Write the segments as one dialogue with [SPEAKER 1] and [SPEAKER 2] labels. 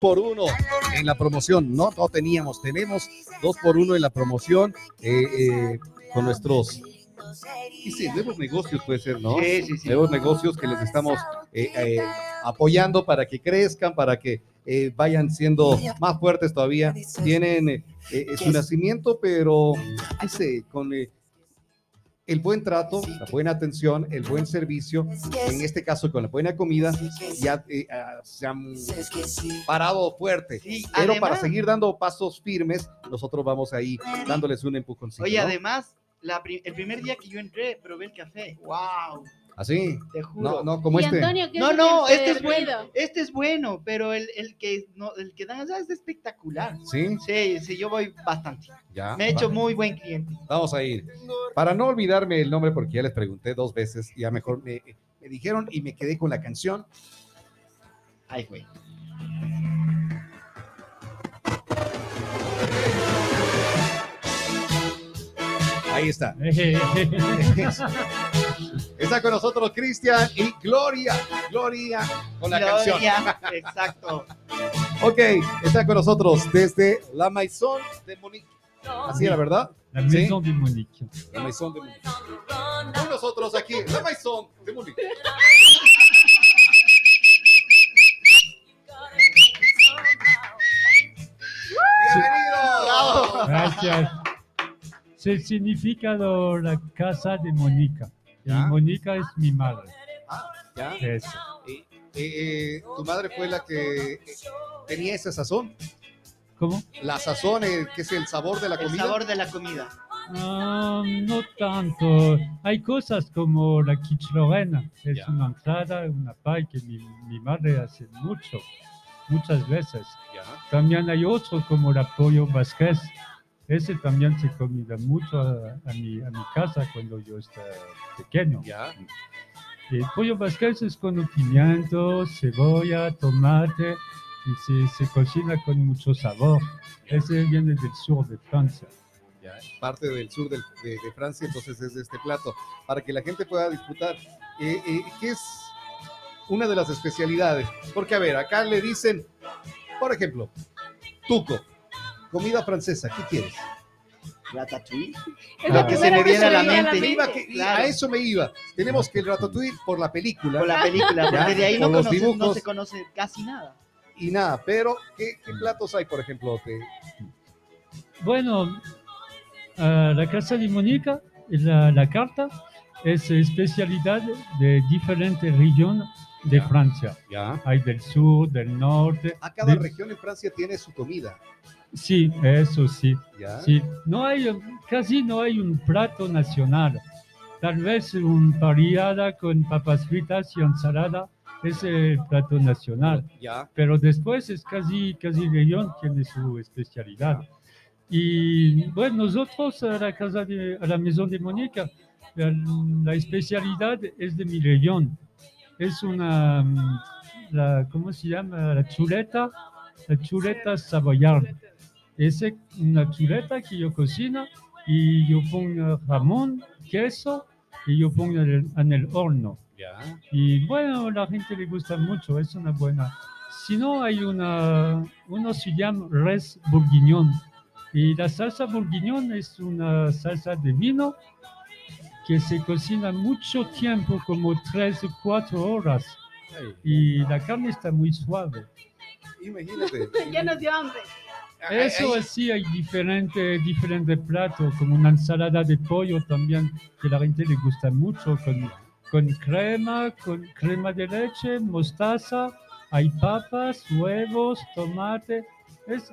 [SPEAKER 1] por uno en la promoción. No, no teníamos, tenemos dos por uno en la promoción eh, eh, con nuestros y sí, nuevos negocios puede ser, ¿no?
[SPEAKER 2] Sí, sí, sí.
[SPEAKER 1] Nuevos negocios que les estamos eh, eh, apoyando para que crezcan, para que eh, vayan siendo más fuertes todavía. Tienen eh, eh, su nacimiento, pero ese, con eh, el buen trato, la buena atención, el buen servicio, en este caso con la buena comida, ya eh, ah, se han parado fuerte.
[SPEAKER 2] Sí,
[SPEAKER 1] Pero
[SPEAKER 2] además-
[SPEAKER 1] para seguir dando pasos firmes, nosotros vamos ahí dándoles un empujoncito.
[SPEAKER 2] Oye,
[SPEAKER 1] ¿no?
[SPEAKER 2] además, la pri- el primer día que yo entré, probé el café. ¡Wow!
[SPEAKER 1] Así.
[SPEAKER 2] Te juro.
[SPEAKER 1] No, no, como
[SPEAKER 3] y
[SPEAKER 1] este.
[SPEAKER 3] Antonio, ¿qué
[SPEAKER 2] No,
[SPEAKER 3] el
[SPEAKER 2] no,
[SPEAKER 3] que
[SPEAKER 2] este
[SPEAKER 3] se
[SPEAKER 2] es bueno.
[SPEAKER 3] ruido?
[SPEAKER 2] Este es bueno, pero el, el que no, el que dan allá es espectacular.
[SPEAKER 1] Sí,
[SPEAKER 2] Sí, sí, yo voy bastante.
[SPEAKER 1] ya.
[SPEAKER 2] Me he hecho
[SPEAKER 1] va-
[SPEAKER 2] muy buen cliente.
[SPEAKER 1] Vamos a ir. Para no olvidarme el nombre, porque ya les pregunté dos veces, ya mejor me, me dijeron y me quedé con la canción.
[SPEAKER 2] Ay, güey.
[SPEAKER 1] Ahí está. Está con nosotros Cristian y Gloria. Gloria con la canción.
[SPEAKER 2] Gloria, Exacto.
[SPEAKER 1] Ok, está con nosotros desde la Maison de Monique. Así era, ¿verdad?
[SPEAKER 4] La
[SPEAKER 1] Sí.
[SPEAKER 4] maison de Monique.
[SPEAKER 1] La Maison de Monique. Con nosotros aquí, la Maison de Monique. Bienvenido.
[SPEAKER 4] Gracias. Se significa lo- la casa de Mónica. Y
[SPEAKER 1] Ya.
[SPEAKER 4] Mónica es mi madre.
[SPEAKER 1] Ah, ya.
[SPEAKER 4] Eso.
[SPEAKER 1] Eh, eh, tu madre fue la que eh, tenía esa sazón.
[SPEAKER 4] ¿Cómo?
[SPEAKER 1] La sazón, eh, que es el sabor de la
[SPEAKER 2] El
[SPEAKER 1] comida.
[SPEAKER 2] sabor de la comida.
[SPEAKER 4] Ah, no tanto. Hay cosas como la quiche lorraine. Es
[SPEAKER 1] Ya.
[SPEAKER 4] una entrada, una pie que mi, mi madre hace mucho, muchas veces.
[SPEAKER 1] Ya.
[SPEAKER 4] También hay otro como la pollo vasquez. Ese también se comía mucho a, a mi, a mi casa cuando yo estaba pequeño.
[SPEAKER 1] Ya.
[SPEAKER 4] El Eh, pollo vasquez es con pimiento, cebolla, tomate y se, se cocina con mucho sabor. Ese viene del sur de Francia.
[SPEAKER 1] ya, parte del sur del- de, de Francia, entonces es este plato, para que la gente pueda disfrutar, eh, eh, que es una de las especialidades. Porque, a ver, acá le dicen, por ejemplo, tuco, comida francesa, ¿qué quieres?
[SPEAKER 2] Ratatouille.
[SPEAKER 3] Es lo
[SPEAKER 4] Ah.
[SPEAKER 3] que
[SPEAKER 2] Se me viene a la mente.
[SPEAKER 1] Me iba que-
[SPEAKER 2] Claro.
[SPEAKER 1] A eso me iba. Tenemos que el ratatouille por la película
[SPEAKER 2] Con la película, porque de ahí no,
[SPEAKER 1] con los
[SPEAKER 2] conoce- no
[SPEAKER 1] dibujos.
[SPEAKER 2] se conoce casi nada.
[SPEAKER 1] y nada, pero ¿qué, qué platos hay, por ejemplo? de-
[SPEAKER 4] Bueno, ah, la casa de Mónica, la, la carta, es especialidad de diferentes regiones de
[SPEAKER 1] Ya.
[SPEAKER 4] Francia. Hay del sur, del norte.
[SPEAKER 1] A cada
[SPEAKER 4] de-
[SPEAKER 1] región en Francia tiene su comida.
[SPEAKER 4] Sí, eso sí.
[SPEAKER 1] ¿ya?
[SPEAKER 4] Sí, no hay, eh, casi no hay un plato nacional. Tal vez un parrillada con papas fritas y ensalada es el plato nacional.
[SPEAKER 1] Ya,
[SPEAKER 4] Pero después es casi, casi región tiene su especialidad. Y bueno, nosotros a la casa de, a la Maison de Mónica, la, la especialidad es de mi región. Es una, mm, la, ¿cómo se llama? La chuleta, la chuleta savoyarda. Es una chuleta que yo cocino y yo pongo jamón, queso y yo pongo en el, en el horno.
[SPEAKER 1] ya.
[SPEAKER 4] Y bueno, euh, la gente le gusta mucho, es una buena. Si no, hay una, uno se llama res bourguignon. Y la salsa bourguignon es una euh, salsa de vino que se cocina mucho tiempo, como tres o cuatro horas. Y la carne está muy suave.
[SPEAKER 1] Imagínate.
[SPEAKER 3] Ya nos dio hambre.
[SPEAKER 1] Ah,
[SPEAKER 4] Eso así hay diferentes diferentes platos, como una ensalada de pollo también, que la gente le gusta mucho, con, con crema, con crema de leche, mostaza, hay papas, huevos, tomate. Es,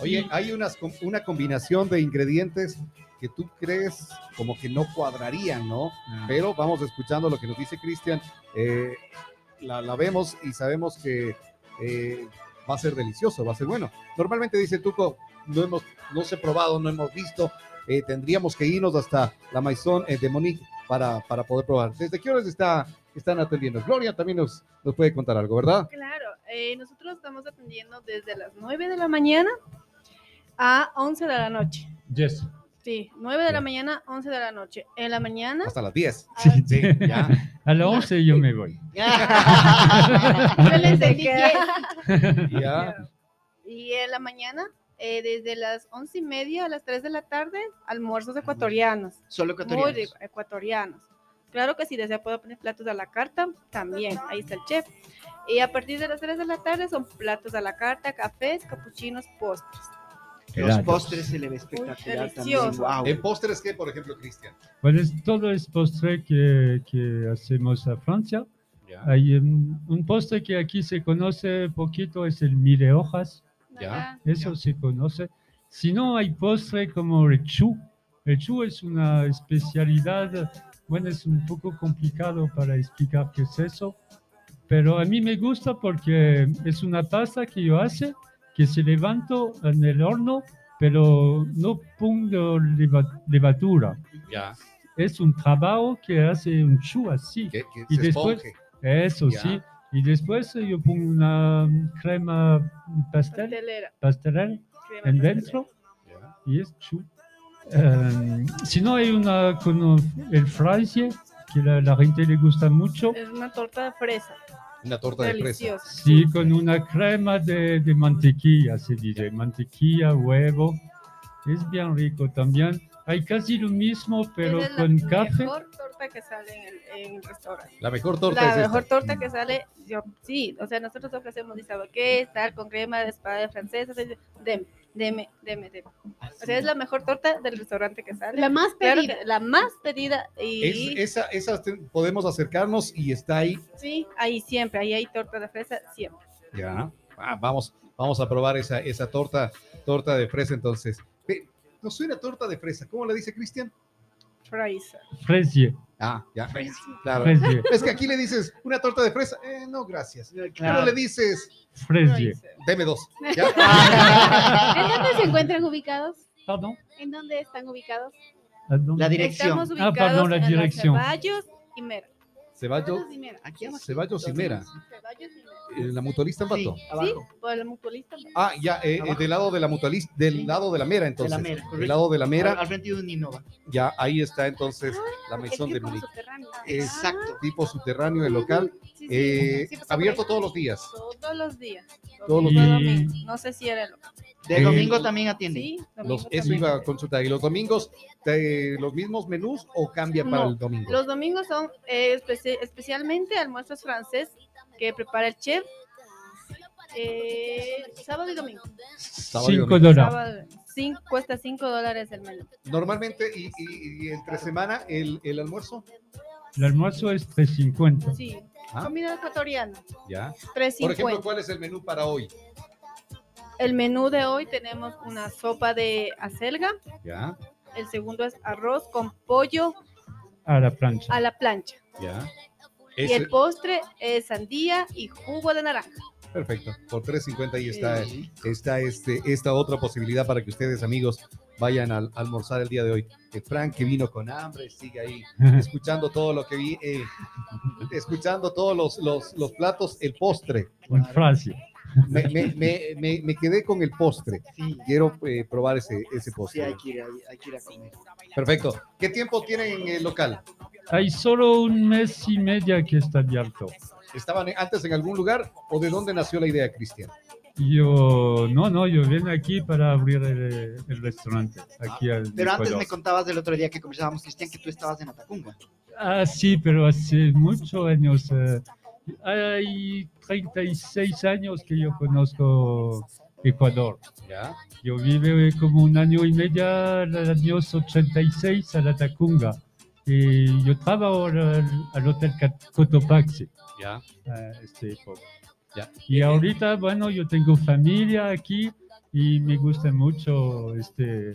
[SPEAKER 1] Oye, hay unas, com- una combinación de ingredientes que tú crees como que no cuadrarían, ¿no? Pero vamos escuchando lo que nos dice Cristian. eh, la, la vemos y sabemos que eh, va a ser delicioso, va a ser bueno. Normalmente dice Tuco, no hemos, no se ha probado, no hemos visto. eh, tendríamos que irnos hasta la Maison eh, de Monique para, para poder probar. ¿Desde qué horas está, están atendiendo? Gloria también nos, nos puede contar algo, ¿verdad?
[SPEAKER 5] Claro, eh, nosotros estamos atendiendo desde las 9 de la mañana a 11 de la noche.
[SPEAKER 4] yes.
[SPEAKER 5] Sí, 9 de
[SPEAKER 4] Ya.
[SPEAKER 5] la mañana, 11 de la noche. En la mañana,
[SPEAKER 1] Hasta las 10.
[SPEAKER 5] ¿Ah? a las-
[SPEAKER 1] Sí, ya.
[SPEAKER 4] A las 11 yo me voy.
[SPEAKER 5] yo les entendí diez.
[SPEAKER 1] ya.
[SPEAKER 5] Y en la mañana, eh, desde las once y media a las 3 de la tarde, almuerzos ecuatorianos.
[SPEAKER 2] Solo
[SPEAKER 5] Muy
[SPEAKER 2] ecuatorianos.
[SPEAKER 5] rico, ecuatorianos. Claro que si desea puedo poner platos a la carta, también, ahí está el chef. Y a partir de las 3 de la tarde son platos a la carta, cafés, capuchinos, postres.
[SPEAKER 2] Los postres se le ve espectacular
[SPEAKER 5] Uy,
[SPEAKER 2] también.
[SPEAKER 5] delicioso.
[SPEAKER 2] Wow.
[SPEAKER 1] ¿En postres qué, por ejemplo, Cristian?
[SPEAKER 4] Bueno, es- todo es postre que, que hacemos a Francia.
[SPEAKER 1] Ya,
[SPEAKER 4] Hay em, un postre que aquí se conoce poquito, es el mil de hojas.
[SPEAKER 1] Ya.
[SPEAKER 4] Eso se conoce. Si no, hay postre como el chou. El chou es una especialidad, bueno, es un poco complicado para explicar qué es eso, pero a mí me gusta porque es una pasta que yo hace, que se levanto en el horno, pero no pongo leva- levatura.
[SPEAKER 1] ya.
[SPEAKER 4] Es un trabajo que hace un chou así.
[SPEAKER 1] Que, que
[SPEAKER 4] Y
[SPEAKER 1] se
[SPEAKER 4] después-
[SPEAKER 1] esponje.
[SPEAKER 4] Eso
[SPEAKER 1] Ya.
[SPEAKER 4] sí. Y después yo pongo una mm, crema pastel,
[SPEAKER 5] Pastelera,
[SPEAKER 4] pastelera
[SPEAKER 5] crema
[SPEAKER 4] en
[SPEAKER 5] pastelera.
[SPEAKER 4] dentro
[SPEAKER 1] Ya.
[SPEAKER 4] y es chou. Eh, si no hay una con el fraise que la, la gente le gusta mucho,
[SPEAKER 5] Es una torta de fresa,
[SPEAKER 1] Una torta de fresa.
[SPEAKER 5] deliciosa.
[SPEAKER 4] sí, con una crema de, de mantequilla, se dice, mantequilla, huevo, es bien rico también. Hay casi lo mismo, pero
[SPEAKER 5] Esa es
[SPEAKER 4] con
[SPEAKER 5] la
[SPEAKER 4] café.
[SPEAKER 5] mejor torta que sale en el, en el restaurante.
[SPEAKER 1] La mejor torta
[SPEAKER 5] La
[SPEAKER 1] es
[SPEAKER 5] mejor
[SPEAKER 1] esta.
[SPEAKER 5] torta que sale, yo, sí, o sea, nosotros ofrecemos disabaqué, tal, con crema de espada francesa, así, deme, deme, deme, deme.
[SPEAKER 4] Ah,
[SPEAKER 5] O sea, es la mejor torta del restaurante que sale.
[SPEAKER 3] La más
[SPEAKER 5] Claro
[SPEAKER 3] pedida.
[SPEAKER 5] que la más pedida y
[SPEAKER 1] Es- esa, esa te- podemos acercarnos y está ahí.
[SPEAKER 5] sí, ahí siempre, ahí hay torta de fresa siempre.
[SPEAKER 1] Ya. Ah, vamos, vamos a probar esa, esa torta, torta de fresa entonces. Ve, No suena torta de fresa. ¿Cómo la dice Cristian?
[SPEAKER 5] Fresa.
[SPEAKER 4] Fraisier,
[SPEAKER 1] Ah, ya. Claro.
[SPEAKER 4] fraisier,
[SPEAKER 1] Es que aquí le dices una torta de fresa. Eh, no, gracias. Pero
[SPEAKER 2] Claro.
[SPEAKER 1] le dices,
[SPEAKER 4] fraisier.
[SPEAKER 1] deme dos. Ya.
[SPEAKER 3] ¿En dónde se encuentran ubicados?
[SPEAKER 4] Pardon? Ah,
[SPEAKER 3] ¿En dónde están ubicados?
[SPEAKER 4] ¿A dónde?
[SPEAKER 2] La
[SPEAKER 5] Estamos
[SPEAKER 2] dirección.
[SPEAKER 5] ubicados
[SPEAKER 4] perdón, la
[SPEAKER 5] en la
[SPEAKER 4] dirección.
[SPEAKER 5] Ceballos y Mera.
[SPEAKER 1] Ceballos,
[SPEAKER 3] Ceballos y Mera.
[SPEAKER 2] Aquí abajo.
[SPEAKER 1] Ceballos y Mera.
[SPEAKER 3] Ceballos y Mera.
[SPEAKER 1] eh, La mutualista en Bato.
[SPEAKER 2] Sí, abajo.
[SPEAKER 5] Por el mutualista.
[SPEAKER 1] Ah, ya, eh, eh,
[SPEAKER 2] Abajo.
[SPEAKER 1] del lado de la mutualista, del
[SPEAKER 2] Sí.
[SPEAKER 1] lado de la mera
[SPEAKER 2] De
[SPEAKER 1] entonces.
[SPEAKER 2] la mera, Ah,
[SPEAKER 1] del
[SPEAKER 2] correcto.
[SPEAKER 1] lado de la
[SPEAKER 2] Al,
[SPEAKER 1] mera,
[SPEAKER 2] al frente de un Innova.
[SPEAKER 5] Ah.
[SPEAKER 1] ya ahí está entonces la maison de Eh,
[SPEAKER 3] Es que como
[SPEAKER 1] Monique.
[SPEAKER 3] subterráneo.
[SPEAKER 2] Exacto.
[SPEAKER 1] Tipo subterráneo el local,
[SPEAKER 5] Sí, sí,
[SPEAKER 1] eh,
[SPEAKER 5] sí, pues,
[SPEAKER 1] abierto
[SPEAKER 5] por ahí.
[SPEAKER 1] todos los días.
[SPEAKER 5] Todos los días.
[SPEAKER 1] Todos los
[SPEAKER 5] Domingo a
[SPEAKER 4] días.
[SPEAKER 5] domingo. No sé si era el
[SPEAKER 2] De
[SPEAKER 1] Eh,
[SPEAKER 2] domingo también atiende.
[SPEAKER 5] Sí, domingo
[SPEAKER 1] Los, eso
[SPEAKER 5] también.
[SPEAKER 1] iba a consultar. ¿Y los domingos te- los mismos menús o cambia para
[SPEAKER 5] No,
[SPEAKER 1] el domingo?
[SPEAKER 5] Los domingos son eh, especi- especialmente almuerzos francés que prepara el chef. eh, sábado y domingo.
[SPEAKER 1] Sábado y
[SPEAKER 4] Cinco
[SPEAKER 1] domingo.
[SPEAKER 4] dólares.
[SPEAKER 5] Sábado, cinco- cuesta 5 dólares el menú.
[SPEAKER 1] Normalmente, y, y- y entre semana, el, el almuerzo.
[SPEAKER 4] El almuerzo es 3.50.
[SPEAKER 5] Sí,
[SPEAKER 1] Ah.
[SPEAKER 5] comida ecuatoriana,
[SPEAKER 1] Ya. Por ejemplo,
[SPEAKER 5] 3.50.
[SPEAKER 1] ¿cuál es el menú para hoy?
[SPEAKER 5] El menú de hoy tenemos una sopa de acelga,
[SPEAKER 1] Ya,
[SPEAKER 5] el segundo es arroz con pollo
[SPEAKER 4] a la plancha.
[SPEAKER 5] a la plancha
[SPEAKER 1] ya.
[SPEAKER 5] y
[SPEAKER 1] Ese-
[SPEAKER 5] el postre es sandía y jugo de naranja.
[SPEAKER 1] Perfecto. Por 3.50 y está,
[SPEAKER 2] Sí.
[SPEAKER 1] está este, esta otra posibilidad para que ustedes, amigos, vayan a almorzar el día de hoy. Eh, Frank, que vino con hambre, sigue ahí escuchando todo lo que vi, eh, escuchando todos los, los, los platos, el postre.
[SPEAKER 4] Un frase.
[SPEAKER 1] Me, me- me- me- me quedé con el postre.
[SPEAKER 2] Sí.
[SPEAKER 1] Quiero eh, probar ese, ese
[SPEAKER 2] Sí, hay
[SPEAKER 1] postre.
[SPEAKER 2] que ir, hay, hay que ir a comer.
[SPEAKER 1] Perfecto. ¿Qué tiempo tienen en el local?
[SPEAKER 4] Hay solo un mes y media que está abierto.
[SPEAKER 1] ¿Estaban antes en algún lugar o de dónde nació la idea, Cristian?
[SPEAKER 4] Yo, no, no, yo vengo aquí para abrir el, el restaurante. Aquí al
[SPEAKER 2] Pero antes
[SPEAKER 4] Ecuador.
[SPEAKER 2] me contabas del otro día que conversábamos, Cristian, que tú estabas en Atacunga.
[SPEAKER 4] Ah, sí, pero hace muchos años. eh, hay 36 años que yo conozco Ecuador.
[SPEAKER 1] Ya,
[SPEAKER 4] Yo vive como un año y medio, en los años 86, a la Tacunga. Y yo trabajo al, al Hotel Cat- Cotopaxi.
[SPEAKER 1] ya,
[SPEAKER 4] a esta época.
[SPEAKER 1] Ya.
[SPEAKER 4] Y ahorita, bueno, yo tengo familia aquí y me gusta mucho este,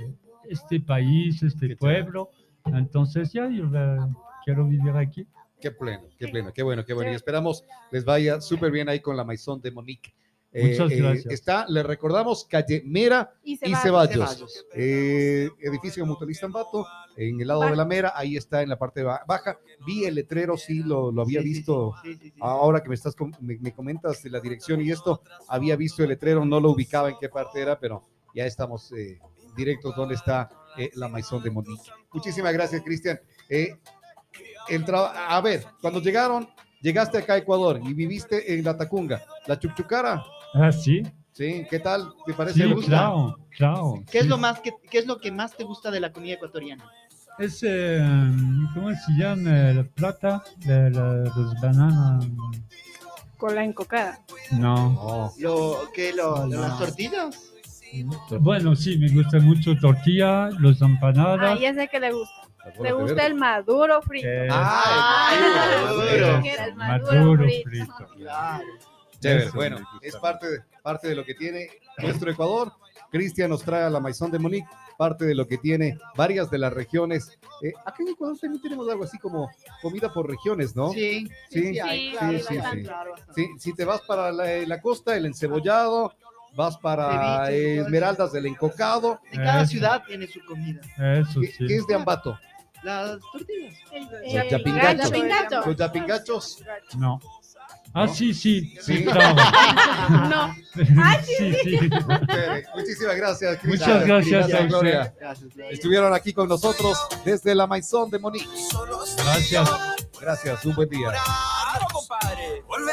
[SPEAKER 4] este país, este
[SPEAKER 1] Qué
[SPEAKER 4] pueblo. Entonces ya yo la- quiero vivir aquí.
[SPEAKER 1] Qué pleno, qué pleno, qué bueno, qué bueno. Y esperamos les vaya súper bien ahí con la maison de Monique. Eh,
[SPEAKER 4] Muchas gracias.
[SPEAKER 1] está, le recordamos, calle Mera
[SPEAKER 5] Y
[SPEAKER 1] y
[SPEAKER 5] va-
[SPEAKER 1] Ceballos.
[SPEAKER 2] Ceballos.
[SPEAKER 1] Eh, edificio Mutualista en Bato, en el lado de la Mera, ahí está en la parte ba- baja. Vi el letrero, sí, lo, lo había
[SPEAKER 2] Sí, sí,
[SPEAKER 1] visto.
[SPEAKER 2] sí, sí, sí.
[SPEAKER 1] Ahora que me estás com- me, me comentas de la dirección y esto, había visto el letrero, no lo ubicaba en qué parte era, pero ya estamos eh, directos donde está eh, la maison de Monique. Muchísimas gracias, Cristian. Eh, entra- a ver, cuando llegaron, llegaste acá a Ecuador y viviste en la Tacunga, la Chuchucara,
[SPEAKER 4] Ah, sí,
[SPEAKER 1] Sí, ¿qué tal? ¿Te parece?
[SPEAKER 4] Sí,
[SPEAKER 1] ¿Te Pues gusta?
[SPEAKER 4] claro, claro.
[SPEAKER 2] ¿Qué es
[SPEAKER 4] sí.
[SPEAKER 2] lo más que qué es lo que más te gusta de la comida ecuatoriana?
[SPEAKER 4] Es, eh, ¿cómo se llama? La plata, la, la- los bananas.
[SPEAKER 5] Con la encocada.
[SPEAKER 4] No.
[SPEAKER 1] No.
[SPEAKER 2] Lo que lo, las tortillas.
[SPEAKER 4] Bueno, sí, me gusta mucho tortilla, los
[SPEAKER 5] Ah,
[SPEAKER 4] empanadas.
[SPEAKER 5] ya sé que le gusta.
[SPEAKER 1] Acuérdate,
[SPEAKER 5] Le gusta
[SPEAKER 1] verde.
[SPEAKER 5] el maduro frito.
[SPEAKER 4] que-
[SPEAKER 1] Ay,
[SPEAKER 3] Ah,
[SPEAKER 1] maduro.
[SPEAKER 3] creo
[SPEAKER 1] Bueno,
[SPEAKER 3] que era el
[SPEAKER 4] Maduro
[SPEAKER 3] frito.
[SPEAKER 4] frito.
[SPEAKER 2] Claro.
[SPEAKER 1] Chévere,
[SPEAKER 4] Eso
[SPEAKER 1] bueno,
[SPEAKER 4] me gusta
[SPEAKER 1] es
[SPEAKER 4] mucho.
[SPEAKER 1] parte de, parte de lo que tiene nuestro Ecuador. Cristian nos trae a la Maison de Monique, parte de lo que tiene varias de las regiones. Eh, acá en Ecuador también tenemos algo así como comida por regiones, ¿no?
[SPEAKER 2] Sí,
[SPEAKER 1] Sí,
[SPEAKER 2] hay,
[SPEAKER 3] sí,
[SPEAKER 2] claro,
[SPEAKER 3] sí,
[SPEAKER 2] hay,
[SPEAKER 1] sí.
[SPEAKER 2] claro, bastante.
[SPEAKER 1] Sí, si te vas para la, eh, la costa, el encebollado, vas para
[SPEAKER 2] Ceviche,
[SPEAKER 1] eh,
[SPEAKER 2] igual.
[SPEAKER 1] Esmeraldas, el encocado,
[SPEAKER 2] De cada
[SPEAKER 4] Eso.
[SPEAKER 2] ciudad tiene su comida.
[SPEAKER 4] Eso
[SPEAKER 1] que,
[SPEAKER 4] sí.
[SPEAKER 1] que es de Ambato.
[SPEAKER 2] Las tortillas.
[SPEAKER 3] El-
[SPEAKER 1] Los
[SPEAKER 3] el
[SPEAKER 1] yapingachos.
[SPEAKER 3] yapingacho.
[SPEAKER 1] Los yapingachos,
[SPEAKER 4] No. Ah,
[SPEAKER 1] ¿No?
[SPEAKER 4] sí, sí.
[SPEAKER 1] Sí.
[SPEAKER 4] claro.
[SPEAKER 3] No,
[SPEAKER 4] sí, sí.
[SPEAKER 1] chévere. Muchísimas gracias, Cristian.
[SPEAKER 4] Muchas gracias
[SPEAKER 1] Gracias,
[SPEAKER 4] a
[SPEAKER 1] Gloria.
[SPEAKER 4] usted.
[SPEAKER 2] Gracias, Gloria.
[SPEAKER 1] Estuvieron aquí con nosotros desde la Maison de Monique.
[SPEAKER 6] Solo
[SPEAKER 4] Gracias.
[SPEAKER 1] Gracias, un buen día.
[SPEAKER 6] compadre. Volver